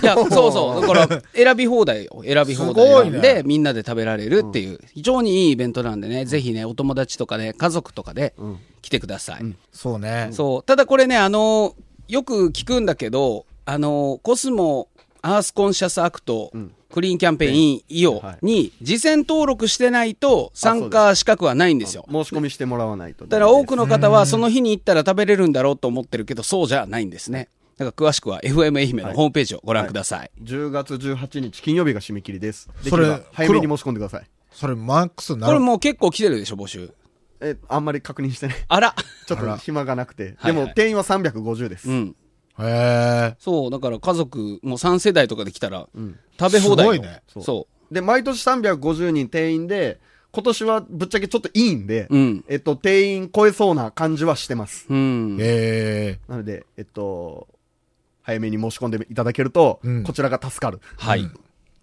Speaker 3: や、
Speaker 2: ん。
Speaker 3: そうそう。だから、選び放題よ。選び放
Speaker 2: すご
Speaker 3: 題
Speaker 2: いね
Speaker 3: なんで、みんなで食べられるっていう、非常にいいイベントなんでね、ぜひね、お友達とかね、家族とかで
Speaker 4: ん
Speaker 3: 来てください。
Speaker 2: そうね。
Speaker 3: そう。ただこれね、あの、よく聞くんだけど、あの、コスモ、アースコンシャスアクト、クリーンキャンペーンインイオ
Speaker 4: はい
Speaker 3: に、事前登録してないと参加資格はないんですよ。
Speaker 4: 申し込みしてもらわないと。
Speaker 3: だから多くの方はその日に行ったら食べれるんだろうと思ってるけど、そうじゃないんですね。だから詳しくは FM 愛媛のホームページをご覧ください。
Speaker 4: 10月18日金曜日が締め切りです。で
Speaker 2: そ
Speaker 4: き
Speaker 2: れ
Speaker 4: れば早めに申し込んでください。
Speaker 2: それマックスにな
Speaker 3: これ
Speaker 2: る。
Speaker 3: もう結構来てるでしょ、募集。
Speaker 4: え、あんまり確認してない。
Speaker 3: あら。
Speaker 4: ちょっと暇がなくて。
Speaker 3: は
Speaker 4: で
Speaker 3: いはい
Speaker 4: も、定員は350です
Speaker 3: う。ん。
Speaker 2: へえ。
Speaker 3: そう、だから家族、もう3世代とかで来たら、食べ放題よ。
Speaker 2: すごいね
Speaker 3: そ
Speaker 4: で、毎年350人定員で、今年はぶっちゃけちょっといいんで
Speaker 3: うん、
Speaker 4: えっと、定員超えそうな感じはしてます。
Speaker 3: う。うん。
Speaker 2: ええ。
Speaker 4: なので、えっと、早めに申し込んでいただけると
Speaker 2: うん、
Speaker 4: こちらが助かる。
Speaker 3: はい。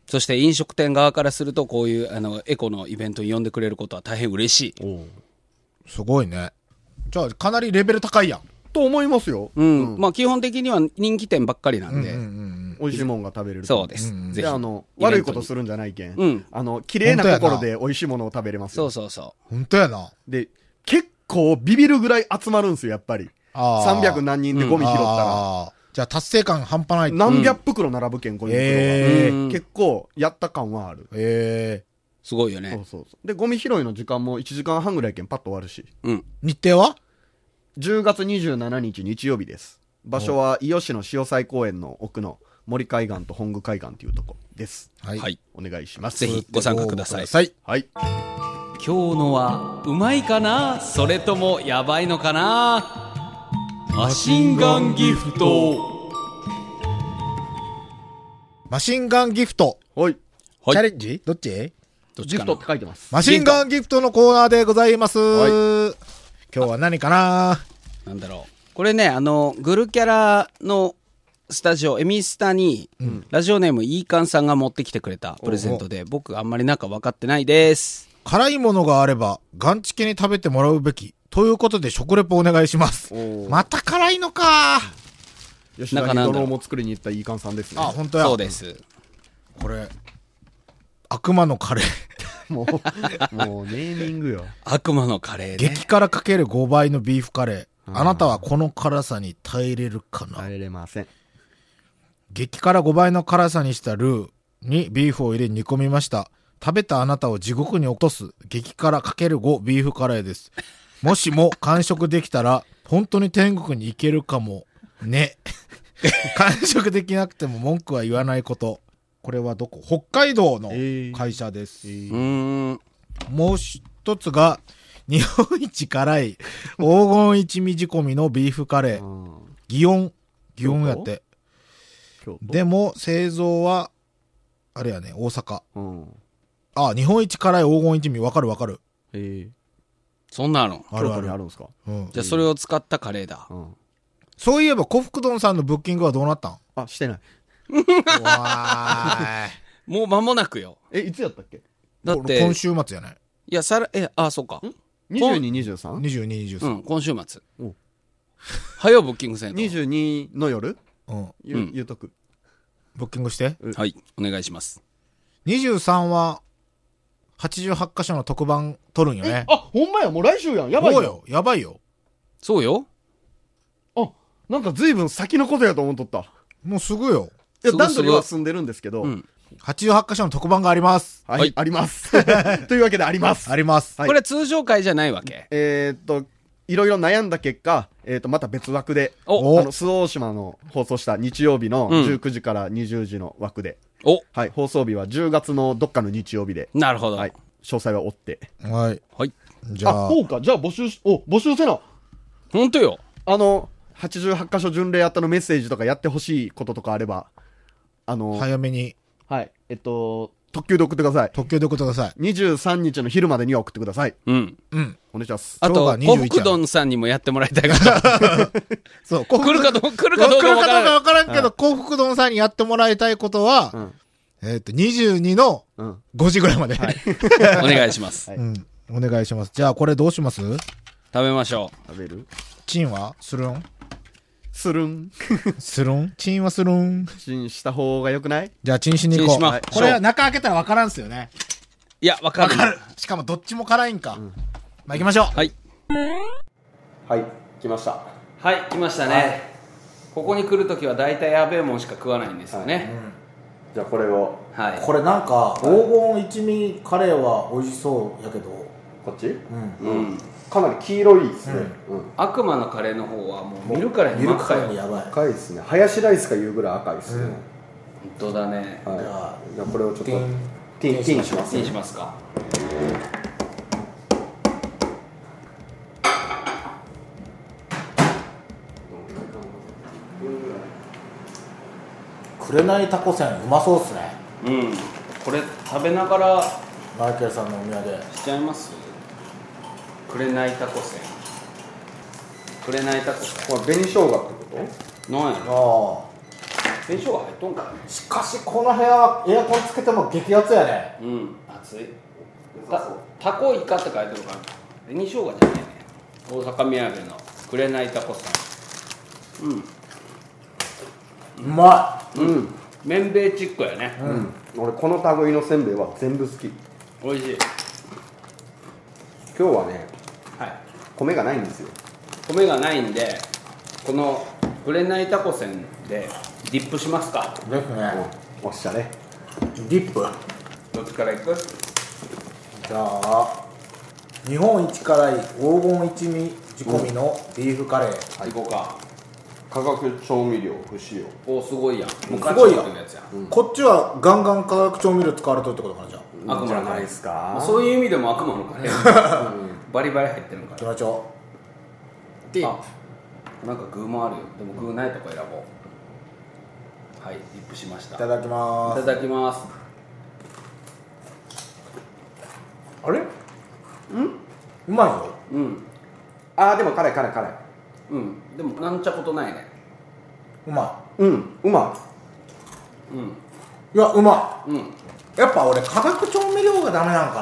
Speaker 3: そして飲食店側からすると、こういうあのエコのイベントに呼んでくれることは大変嬉しい。
Speaker 2: すごいね。じゃあ、かなりレベル高いやん。
Speaker 4: と思いますよ。
Speaker 3: うん。まあ、基本的には人気店ばっかりなんで、
Speaker 2: うんうん
Speaker 4: 美味しいもんが食べれると。
Speaker 3: そうです。
Speaker 2: うん
Speaker 3: ぜ
Speaker 4: で、
Speaker 3: ひ。
Speaker 4: あの、
Speaker 3: イベント
Speaker 4: 悪
Speaker 3: に
Speaker 4: いことするんじゃないけん。
Speaker 3: うん
Speaker 4: あの、綺麗な
Speaker 2: 本当や
Speaker 4: 心
Speaker 2: な
Speaker 4: で美味しいものを食べれますよ。
Speaker 3: そうそうそ
Speaker 2: うん。ほんとやな。
Speaker 4: で、結構ビビるぐらい集まるんですよ、やっぱり。
Speaker 2: あー
Speaker 4: 300何人でゴミ拾ったら。
Speaker 2: あーじゃあ、達成感半端ない。
Speaker 4: 何百袋並ぶけん、ゴミ袋が。
Speaker 2: え
Speaker 3: ー
Speaker 4: 結構、やった感はある。
Speaker 2: ええ。
Speaker 3: う。すごいよ
Speaker 4: そ
Speaker 3: ね
Speaker 4: う。そうそう。で、ゴミ拾いの時間も1時間半ぐらいけん、パッと終わるし。
Speaker 3: うん。
Speaker 2: 日程は
Speaker 4: 10月27日日曜日です。場所は、伊予市の潮西公園の奥の森海岸と本宮海岸っていうとこです。
Speaker 2: は
Speaker 3: はい。
Speaker 4: お願いします。
Speaker 3: ぜひご参加ください。
Speaker 2: はい。
Speaker 4: はい。
Speaker 3: 今日のは、うまいかなそれとも、やばいのかなマシンガンギフト。
Speaker 2: マシンガンギフト。
Speaker 4: はい。
Speaker 3: はい
Speaker 2: チャレンジどっち
Speaker 3: どっ
Speaker 4: ギ
Speaker 3: ち
Speaker 4: フ
Speaker 3: か
Speaker 4: ト
Speaker 3: な
Speaker 4: って書いてます。
Speaker 2: マシンガンギフトのコーナーでございます。
Speaker 4: は
Speaker 2: 今日は何かな
Speaker 3: なんだろう。これね、あの、グルキャラのスタジオ、エミスタに、ラジオネーム、イーカンさんが持ってきてくれたプレゼントで、僕、あんまり中分かってないです。
Speaker 2: 辛いものがあれば、ガンチケに食べてもらうべき。ということで、食レポお願いします
Speaker 4: お。ー
Speaker 2: また辛いのか
Speaker 4: 吉
Speaker 3: な
Speaker 4: 田
Speaker 3: んか
Speaker 4: に
Speaker 3: なんだろ
Speaker 4: ド
Speaker 3: う
Speaker 4: ローンも作りに行ったイーカンさんですね
Speaker 2: あ、。本当や。
Speaker 3: そうです。
Speaker 2: これ、悪魔のカレー。
Speaker 4: もう、もうネーミングよ。
Speaker 3: 悪魔のカレーね。
Speaker 2: 激辛かける5倍のビーフカレー。あなたはこの辛さに耐えれるかな、
Speaker 4: あれれません。
Speaker 2: 激辛5倍の辛さにしたルーにビーフを入れ煮込みました。食べたあなたを地獄に落とす激辛かける5ビーフカレーです。もしも完食できたら、本当に天国に行けるかも。ね。完食できなくても文句は言わないこと。これはどこ北海道の会社です。
Speaker 3: うーん。
Speaker 2: もう一つが、日本一辛い黄金一味仕込みのビーフカレー。祇園。祇園やって。
Speaker 4: 京都
Speaker 2: でも、製造は、あれやね、大阪。
Speaker 4: うん
Speaker 2: あ、日本一辛い黄金一味、わかるわかる。
Speaker 4: え
Speaker 3: そんなの。
Speaker 4: ー、
Speaker 2: あ
Speaker 4: 京
Speaker 2: る
Speaker 4: 都
Speaker 2: あ
Speaker 4: にあ
Speaker 2: る。
Speaker 4: るんですか
Speaker 2: うん
Speaker 3: じゃあそれを使ったカレーだ
Speaker 4: う。ん
Speaker 2: そういえば、小福丼さんのブッキングはどうなったん
Speaker 4: あしてない
Speaker 2: わーい
Speaker 3: もう間もなくよ。
Speaker 4: えいつやったっけ
Speaker 3: だって、
Speaker 2: 今週末じゃない
Speaker 3: いや、さら、え、あ、そうか。
Speaker 4: 2223
Speaker 2: ?22、23。
Speaker 3: うん、今週末
Speaker 4: お。
Speaker 3: 早うブッキングセンター。
Speaker 4: 22の夜
Speaker 2: うん。
Speaker 4: ゆ
Speaker 3: うん
Speaker 4: 言うとく
Speaker 2: ブッキングして。
Speaker 3: はい、お願いします。
Speaker 2: 23は、88箇所の特番撮るんよね。
Speaker 4: あほんまやもう来週やんやばい
Speaker 2: そう
Speaker 4: よ
Speaker 2: よ。やばいよ。
Speaker 3: そうよ。
Speaker 4: あなんか随分先のことやと思っとったい
Speaker 2: もうすぐよ。
Speaker 3: す
Speaker 4: や
Speaker 3: ごい
Speaker 4: 段取りは
Speaker 3: す
Speaker 4: 進んでるんですけど、
Speaker 3: うん。
Speaker 2: 88箇所の特番があります。
Speaker 4: はい、
Speaker 3: はい
Speaker 4: あります というわけであります
Speaker 2: あります。
Speaker 4: はい
Speaker 3: これは通常会じゃないわけ。
Speaker 4: えーっといろいろ悩んだ結果、えーっとまた別枠で
Speaker 3: お
Speaker 2: お
Speaker 4: あの周防大島の放送した日曜日の
Speaker 3: うん
Speaker 4: 19時から20時の枠で、
Speaker 3: お、
Speaker 4: はい、放送日は10月のどっかの日曜日で、
Speaker 3: なるほど。
Speaker 4: は
Speaker 3: はい
Speaker 4: い、詳細は追って
Speaker 2: はい。
Speaker 3: はい。
Speaker 2: じゃあ、
Speaker 4: そうかじゃあ募集しお募集せな
Speaker 3: ほんとよ。
Speaker 4: あの88箇所巡礼あったのメッセージとかやってほしいこととかあればあのはい、
Speaker 2: 早めに
Speaker 4: えっと特急で送ってください
Speaker 2: 特急で送ってください。
Speaker 4: 23日の昼までには送ってください
Speaker 3: うん。
Speaker 2: うん。
Speaker 4: お願いします
Speaker 3: あと
Speaker 2: 今、日が
Speaker 3: コ
Speaker 2: 21
Speaker 3: 福丼さんにもやってもらいたいから。
Speaker 2: そう、幸
Speaker 3: 来るかどうか、来る
Speaker 2: 来
Speaker 3: かどう
Speaker 2: るかど
Speaker 3: か
Speaker 2: う
Speaker 3: わから
Speaker 2: か
Speaker 3: ない。
Speaker 2: わからんけど、幸福丼さんにやってもらいたいことは、
Speaker 4: うん
Speaker 2: えっ、と、22の
Speaker 4: うん
Speaker 2: 5時ぐらいまで。
Speaker 3: お願いします。
Speaker 4: は い
Speaker 2: うん。お願いします。じゃあ、これどうします
Speaker 3: 食べましょ
Speaker 4: 食べる
Speaker 2: チンはするん
Speaker 4: するん
Speaker 2: するんチンはするん
Speaker 4: チンした方がよくない
Speaker 2: じゃあ、チンしに行こ
Speaker 3: チンしま
Speaker 2: う。
Speaker 3: はい
Speaker 2: これは中開けたらわからんっすよね。
Speaker 3: う。いや、わか
Speaker 2: わ
Speaker 3: る。
Speaker 2: かる。しかもどっちも辛いんか。まあ、行きましょう。
Speaker 3: はい。
Speaker 4: はい来ました
Speaker 3: はい、来ましたね。ここに来るときは大体やべえもんしか食わないんですよね。
Speaker 4: じゃあこれを
Speaker 3: はい。
Speaker 5: これなんか黄金一味カレーは美味しそうやけど、
Speaker 4: こっち、
Speaker 5: うん、
Speaker 3: うん。
Speaker 4: かなり黄色いですね、うん
Speaker 3: 悪魔のカレーの方はもう見るからに
Speaker 5: ミル
Speaker 3: 真
Speaker 5: ク
Speaker 3: っ
Speaker 5: カ
Speaker 3: 赤
Speaker 5: レ
Speaker 3: よ
Speaker 5: ーもやばい
Speaker 4: 赤いですね林ライスかいうぐらい赤いですね、
Speaker 3: 本当だね
Speaker 4: はい
Speaker 5: じゃあ
Speaker 4: じゃあこれをちょっと
Speaker 5: ティン
Speaker 4: ティンティンします
Speaker 3: にしますか
Speaker 5: 紅タコせんうまそうっすね
Speaker 3: うんこれ食べながら
Speaker 5: マイケルさんのお土産
Speaker 3: しちゃいますくれないタコせんくれないタコせ
Speaker 4: これ紅生姜って
Speaker 3: ん
Speaker 4: こ
Speaker 3: なんやろ
Speaker 5: あ
Speaker 3: 紅生姜入っとんかね
Speaker 5: あしかしこの部屋はエアコンつけても激アツやね
Speaker 3: うん熱いたタコイカって書いてるから紅生姜じゃないね大阪土産のくれないタコせんうん
Speaker 5: うま
Speaker 3: うん麺米チックやね、
Speaker 4: とうん俺この類のせんべいは全部好き今
Speaker 3: 美味しい
Speaker 4: 日はね
Speaker 3: はい
Speaker 4: 米がないんですよ
Speaker 3: 米がないんでこのくれないタコせんでディップしますか
Speaker 5: いですね
Speaker 4: おっしゃれ
Speaker 5: ディップ
Speaker 3: どっちからいく
Speaker 5: じゃあ日本一辛い黄金一味仕込みのビーフカレー、
Speaker 3: 行こうか
Speaker 4: 化学調味料不使用
Speaker 3: おすごいやん
Speaker 5: すごいやん
Speaker 3: 昔のやつやん
Speaker 5: こっちはガンガン化学調味料使われとるってことかなじゃあ
Speaker 3: 悪魔の
Speaker 4: じゃ
Speaker 3: カ
Speaker 4: な
Speaker 3: レ
Speaker 4: い
Speaker 3: ー
Speaker 4: ですか
Speaker 3: そういう意味でも悪魔のカレー バリバリ入ってるか
Speaker 5: 行き
Speaker 3: ら
Speaker 5: ましょ
Speaker 4: で
Speaker 3: あなんか具もあるよでも具ないとこ選ぼうはいディップしまし
Speaker 5: う
Speaker 3: た
Speaker 5: い
Speaker 3: い
Speaker 5: た
Speaker 3: た
Speaker 5: だきまーす
Speaker 3: だきます
Speaker 5: あれんうまいよ
Speaker 3: うん
Speaker 4: あーでも辛い辛い辛い
Speaker 3: うんでもなんちゃことないね
Speaker 5: うま
Speaker 4: うんうま
Speaker 3: うん
Speaker 5: いいやうま
Speaker 3: うん
Speaker 5: いやっぱ俺化学調味料がダメなんか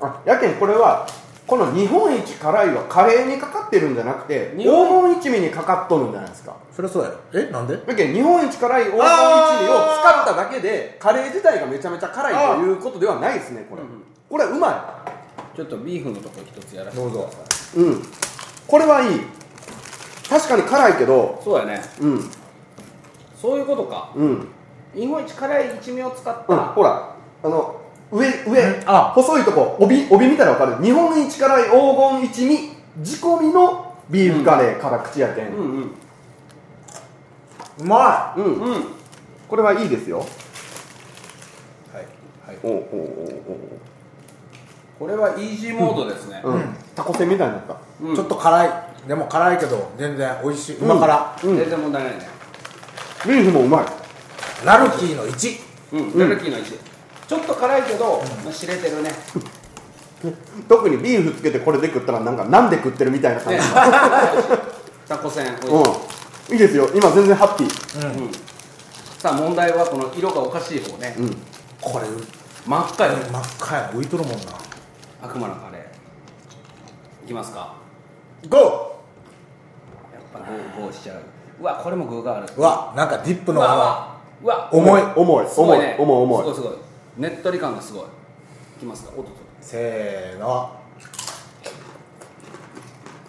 Speaker 5: ない
Speaker 4: あやけんこれはこの日本一辛いはカレーにかかってるんじゃなくて黄
Speaker 3: 日本
Speaker 4: 金一味にかかっとるんじゃないですか
Speaker 5: そりゃそうやろえなんで
Speaker 4: だけど日本一辛い黄金一味を使っただけでカレー自体がめちゃめちゃ辛いということではないですねこれ、
Speaker 3: うん
Speaker 4: これうま
Speaker 3: ちょっとビーフのとこ一つやらせて
Speaker 5: どうぞ
Speaker 4: いうんこれはいい確かに辛いけど
Speaker 3: そうやね
Speaker 4: うん
Speaker 3: そういうことか
Speaker 4: うん、うん、
Speaker 3: 日本一辛い一味を使った
Speaker 4: ほらあの上、上、あ、細いとこ、帯、帯見たらわかる。日本一辛い黄金一味、仕込みのビーフカレー辛口やけん。
Speaker 3: うんうん
Speaker 5: うま
Speaker 4: うん、
Speaker 3: うん
Speaker 4: これはいいですよ。
Speaker 5: いはいはい
Speaker 4: おうおうお
Speaker 3: これはイージーモードですね
Speaker 4: うおうおううん。タコせんみたいになった。
Speaker 3: うん
Speaker 5: ちょっと辛いでも辛いけど全然美味しい旨辛、
Speaker 3: 全然問題ないね
Speaker 4: ビーフもうまい。
Speaker 5: ラルキーの1
Speaker 3: うんラルキーの1ちょっと辛いけどまあ知れてるね
Speaker 4: 特にビーフつけてこれで食ったらなんかなんで食ってるみたいな感じ
Speaker 3: ね タコせん美味しい
Speaker 4: うんいいですよ今全然ハッピー
Speaker 3: さあ問題はこの色がおかしい方ね
Speaker 4: うん
Speaker 5: これ
Speaker 3: 真っ赤よ
Speaker 5: 真っ赤や浮いとるもんな
Speaker 3: 悪魔のカレーいきますか
Speaker 5: ゴ
Speaker 3: やっぱゴーゴーしちゃううわこれも具がある
Speaker 5: ーうわなんかディップ
Speaker 3: う
Speaker 5: のあ
Speaker 3: わうわ
Speaker 5: の重い
Speaker 4: 重い
Speaker 3: すご
Speaker 4: 重
Speaker 3: い
Speaker 4: い
Speaker 3: ね
Speaker 4: 重い重い
Speaker 3: すごいすごいねっとり感がすごいいきますかおっとっ
Speaker 5: せーの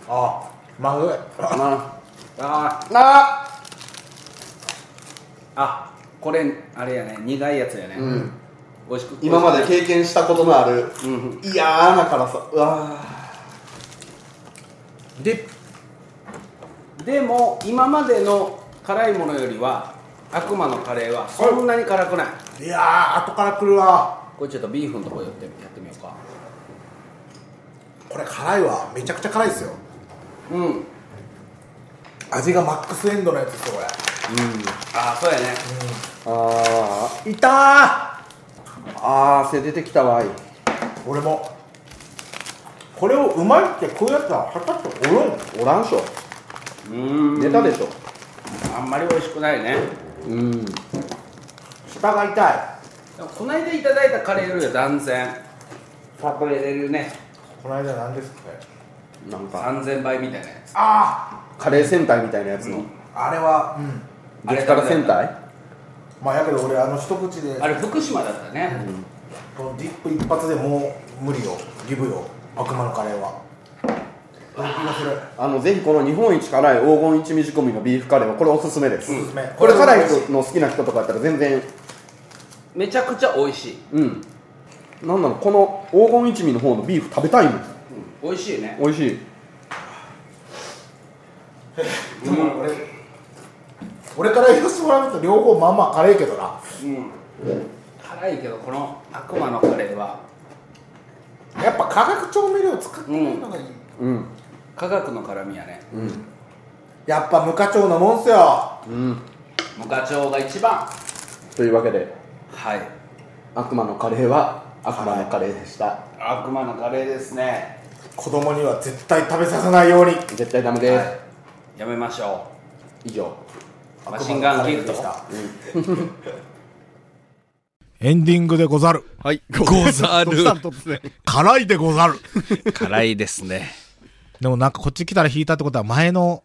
Speaker 5: あまぐい
Speaker 4: あ
Speaker 3: とあー
Speaker 4: あ
Speaker 3: あこれあれやね苦いやつやね、うん、美味しく
Speaker 4: 今まで
Speaker 3: 美味し
Speaker 4: 経験したことのある
Speaker 3: くうんうん
Speaker 4: 嫌な辛さうわ
Speaker 5: ディッ
Speaker 3: でも今までの辛いものよりは悪魔のカレーはそんなに辛くない
Speaker 5: プいやー後から来るわ
Speaker 3: これちょっとビーフのとこ寄ってやってみようか
Speaker 5: これ辛いわめちゃくちゃ辛いですよ
Speaker 3: うん
Speaker 5: 味がマックスエンドのやつですよこ
Speaker 3: ああそうやね
Speaker 4: あ
Speaker 5: れいた
Speaker 4: ーあー汗出てきたわい
Speaker 5: ー俺もこれをうまいって食うやつは果たしておるん
Speaker 4: おらんしょ
Speaker 3: うーん
Speaker 4: ネタでしょ
Speaker 3: あんまり美味しくないね
Speaker 4: うん
Speaker 5: 下が痛い
Speaker 3: でもこの間いただいたカレーよりは断然隠れれるね
Speaker 5: この間何ですかね
Speaker 4: なんか
Speaker 3: 3000倍みたいなやつ
Speaker 5: あ
Speaker 4: カレー戦隊みたいなやつの
Speaker 5: ああれはうん
Speaker 3: あれ
Speaker 4: 激辛戦隊
Speaker 5: まあやけど俺あの一口で
Speaker 3: あれ福島だったね、
Speaker 5: このディップ一発でもう無理よギブよ悪魔のカレーはその気がする
Speaker 4: あのぜひこの日本一辛い黄金一味仕込みのビーフカレーはこれおすすめです、
Speaker 5: おすすめ
Speaker 4: これ辛い
Speaker 5: 美味し
Speaker 4: の好きな人とかやったら全然
Speaker 3: めちゃくちゃ美味しい、
Speaker 4: うんなんなのこの黄金一味の方のビーフ食べたいもん
Speaker 3: 美味しいね
Speaker 4: 美味しい
Speaker 5: でも俺俺から言わせてもらうと両方まあまあ辛いけどな
Speaker 3: うん辛いけどこの悪魔のカレーは
Speaker 5: やっぱ化学調味料使ってないのがいい、
Speaker 4: うん
Speaker 3: 科学の辛みやね
Speaker 4: うん
Speaker 5: やっぱ無課長なもんっすよ
Speaker 4: うん
Speaker 3: 無課長が一番
Speaker 4: というわけで
Speaker 3: はい
Speaker 4: 悪魔のカレーは悪魔のカレーでした
Speaker 3: 悪魔のカレーですね
Speaker 5: 子供には絶対食べさせないように
Speaker 4: 絶対ダメです、
Speaker 3: やめましょ
Speaker 4: 以上
Speaker 3: うマシンガンギルド
Speaker 2: エンディングでござる。
Speaker 4: はい
Speaker 2: ござるどうしたん
Speaker 4: 突然
Speaker 2: 辛いでござる。
Speaker 3: 辛いですね
Speaker 2: でもなんかこっち来たら引いたってことは前の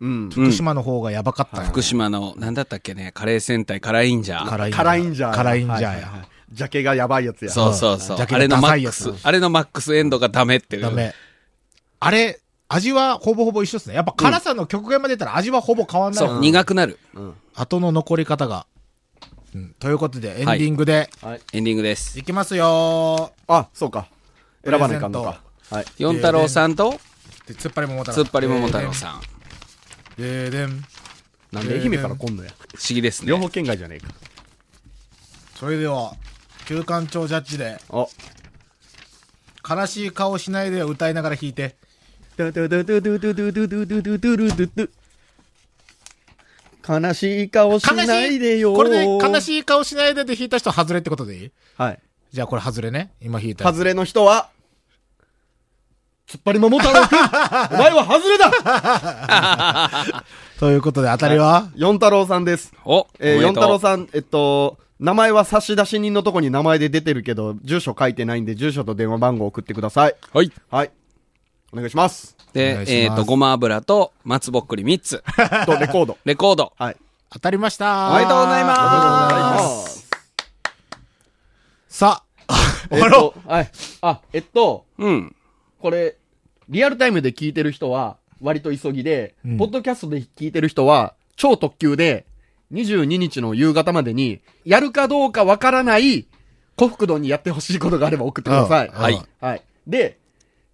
Speaker 4: うん
Speaker 2: 福島の方がやばかったな、
Speaker 3: 福島の何だったっけねカレー戦隊辛いんじゃ
Speaker 2: 辛いんじゃ
Speaker 4: 辛いんじゃ
Speaker 2: 辛いんじゃや。
Speaker 4: ジャケがやばいやつや
Speaker 3: そうそうそう
Speaker 2: ジャケ
Speaker 3: あれのマ
Speaker 2: ダサい
Speaker 3: ッ
Speaker 2: や
Speaker 3: クス
Speaker 2: つ
Speaker 3: あれのマックスエンドがダメっていう
Speaker 2: ダメ。あれ、味はほぼほぼ一緒ですね。やっぱ辛さの極限まで出たら味はほぼ変わんない。
Speaker 3: そう、苦くなる
Speaker 2: 後の残り方が。うん、ということで、エンディングで、
Speaker 3: エンディングです
Speaker 2: い、きますよ
Speaker 4: あそうか選ばないかんの
Speaker 2: プレゼ
Speaker 4: かはい
Speaker 3: 四太郎さんと
Speaker 2: ーで、突っ張り桃太
Speaker 3: 突
Speaker 2: 郎。
Speaker 3: っ張り桃太郎さん
Speaker 2: ん。でーでん。
Speaker 4: なんで愛媛から来んのや
Speaker 3: 不思議です
Speaker 4: 両
Speaker 3: ね
Speaker 4: 方県外じゃねえか
Speaker 2: それでは、旧館長ジャッジで、
Speaker 4: あ
Speaker 2: 悲しい顔しないでを歌いながら弾いて。
Speaker 4: 悲しい顔し
Speaker 2: 悲しい
Speaker 4: ないでよ
Speaker 2: これで、悲しい顔しないでで弾いた人、外れってことでいい
Speaker 4: はい
Speaker 2: じゃあこれ外れね。今弾いたやつ。
Speaker 4: 外れの人は突っ張り桃太郎くん お前は外れだ
Speaker 2: ということで、当たりは、
Speaker 4: 四太郎さんです
Speaker 3: お
Speaker 4: えー、四太郎
Speaker 3: ん
Speaker 4: さんえっと名前は差出人のとこに名前で出てるけど住所書いてないんで住所と電話番号送ってください
Speaker 3: はい
Speaker 4: はいお願いします
Speaker 2: お願
Speaker 3: で
Speaker 2: いします
Speaker 3: えっとごま油と松ぼっくり3つ
Speaker 4: とレコード
Speaker 3: レコード
Speaker 4: はい
Speaker 2: 当たりました。
Speaker 3: おめでとうございます
Speaker 4: ます
Speaker 2: さあ、
Speaker 4: えっ
Speaker 2: 終わろ
Speaker 4: とはいあえっと
Speaker 3: うん。
Speaker 4: これリアルタイムで聞いてる人は割と急ぎで、
Speaker 2: ん
Speaker 4: ポッドキャストで聞いてる人は超特急で22日の夕方までにやるかどうかわからないとふくどんにやってほしいことがあれば送ってください。
Speaker 2: うんはい
Speaker 4: はい。で、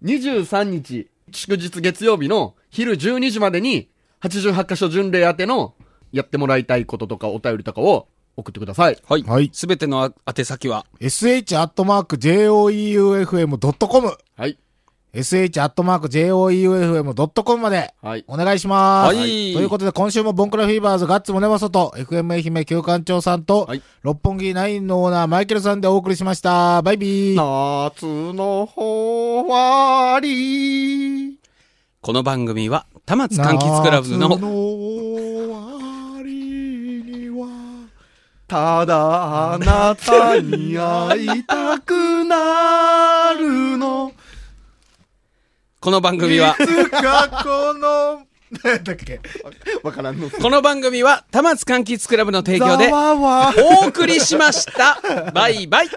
Speaker 4: 23日、祝日月曜日の昼12時までに、88箇所巡礼宛てのやってもらいたいこととかお便りとかを送ってください。
Speaker 3: はい。
Speaker 2: はい
Speaker 3: すべてのあ宛先は、
Speaker 2: sh.joeufm.com。
Speaker 4: はい。
Speaker 2: sh.joeufm.com まで
Speaker 4: はい。
Speaker 2: お願いします。
Speaker 3: はい
Speaker 2: ということで、今週もボンクラフィーバーズガッツムネマソと、FM 愛媛旧館長さんと、
Speaker 4: はい
Speaker 2: 六本木ナインのオーナーマイケルさんでお送りしました。バイビー。
Speaker 4: 夏の終わり。
Speaker 3: この番組は、田松柑橘クラブ
Speaker 2: 夏
Speaker 3: の、
Speaker 2: 終わりには
Speaker 4: ただあなたに会いたくなる の。
Speaker 3: この番組は、
Speaker 2: つかこの、なんだっけ。
Speaker 4: わからんの。
Speaker 3: この番組は、田松柑橘クラブの提供で
Speaker 4: ざ、わわ
Speaker 3: お送りしました。バイバイ。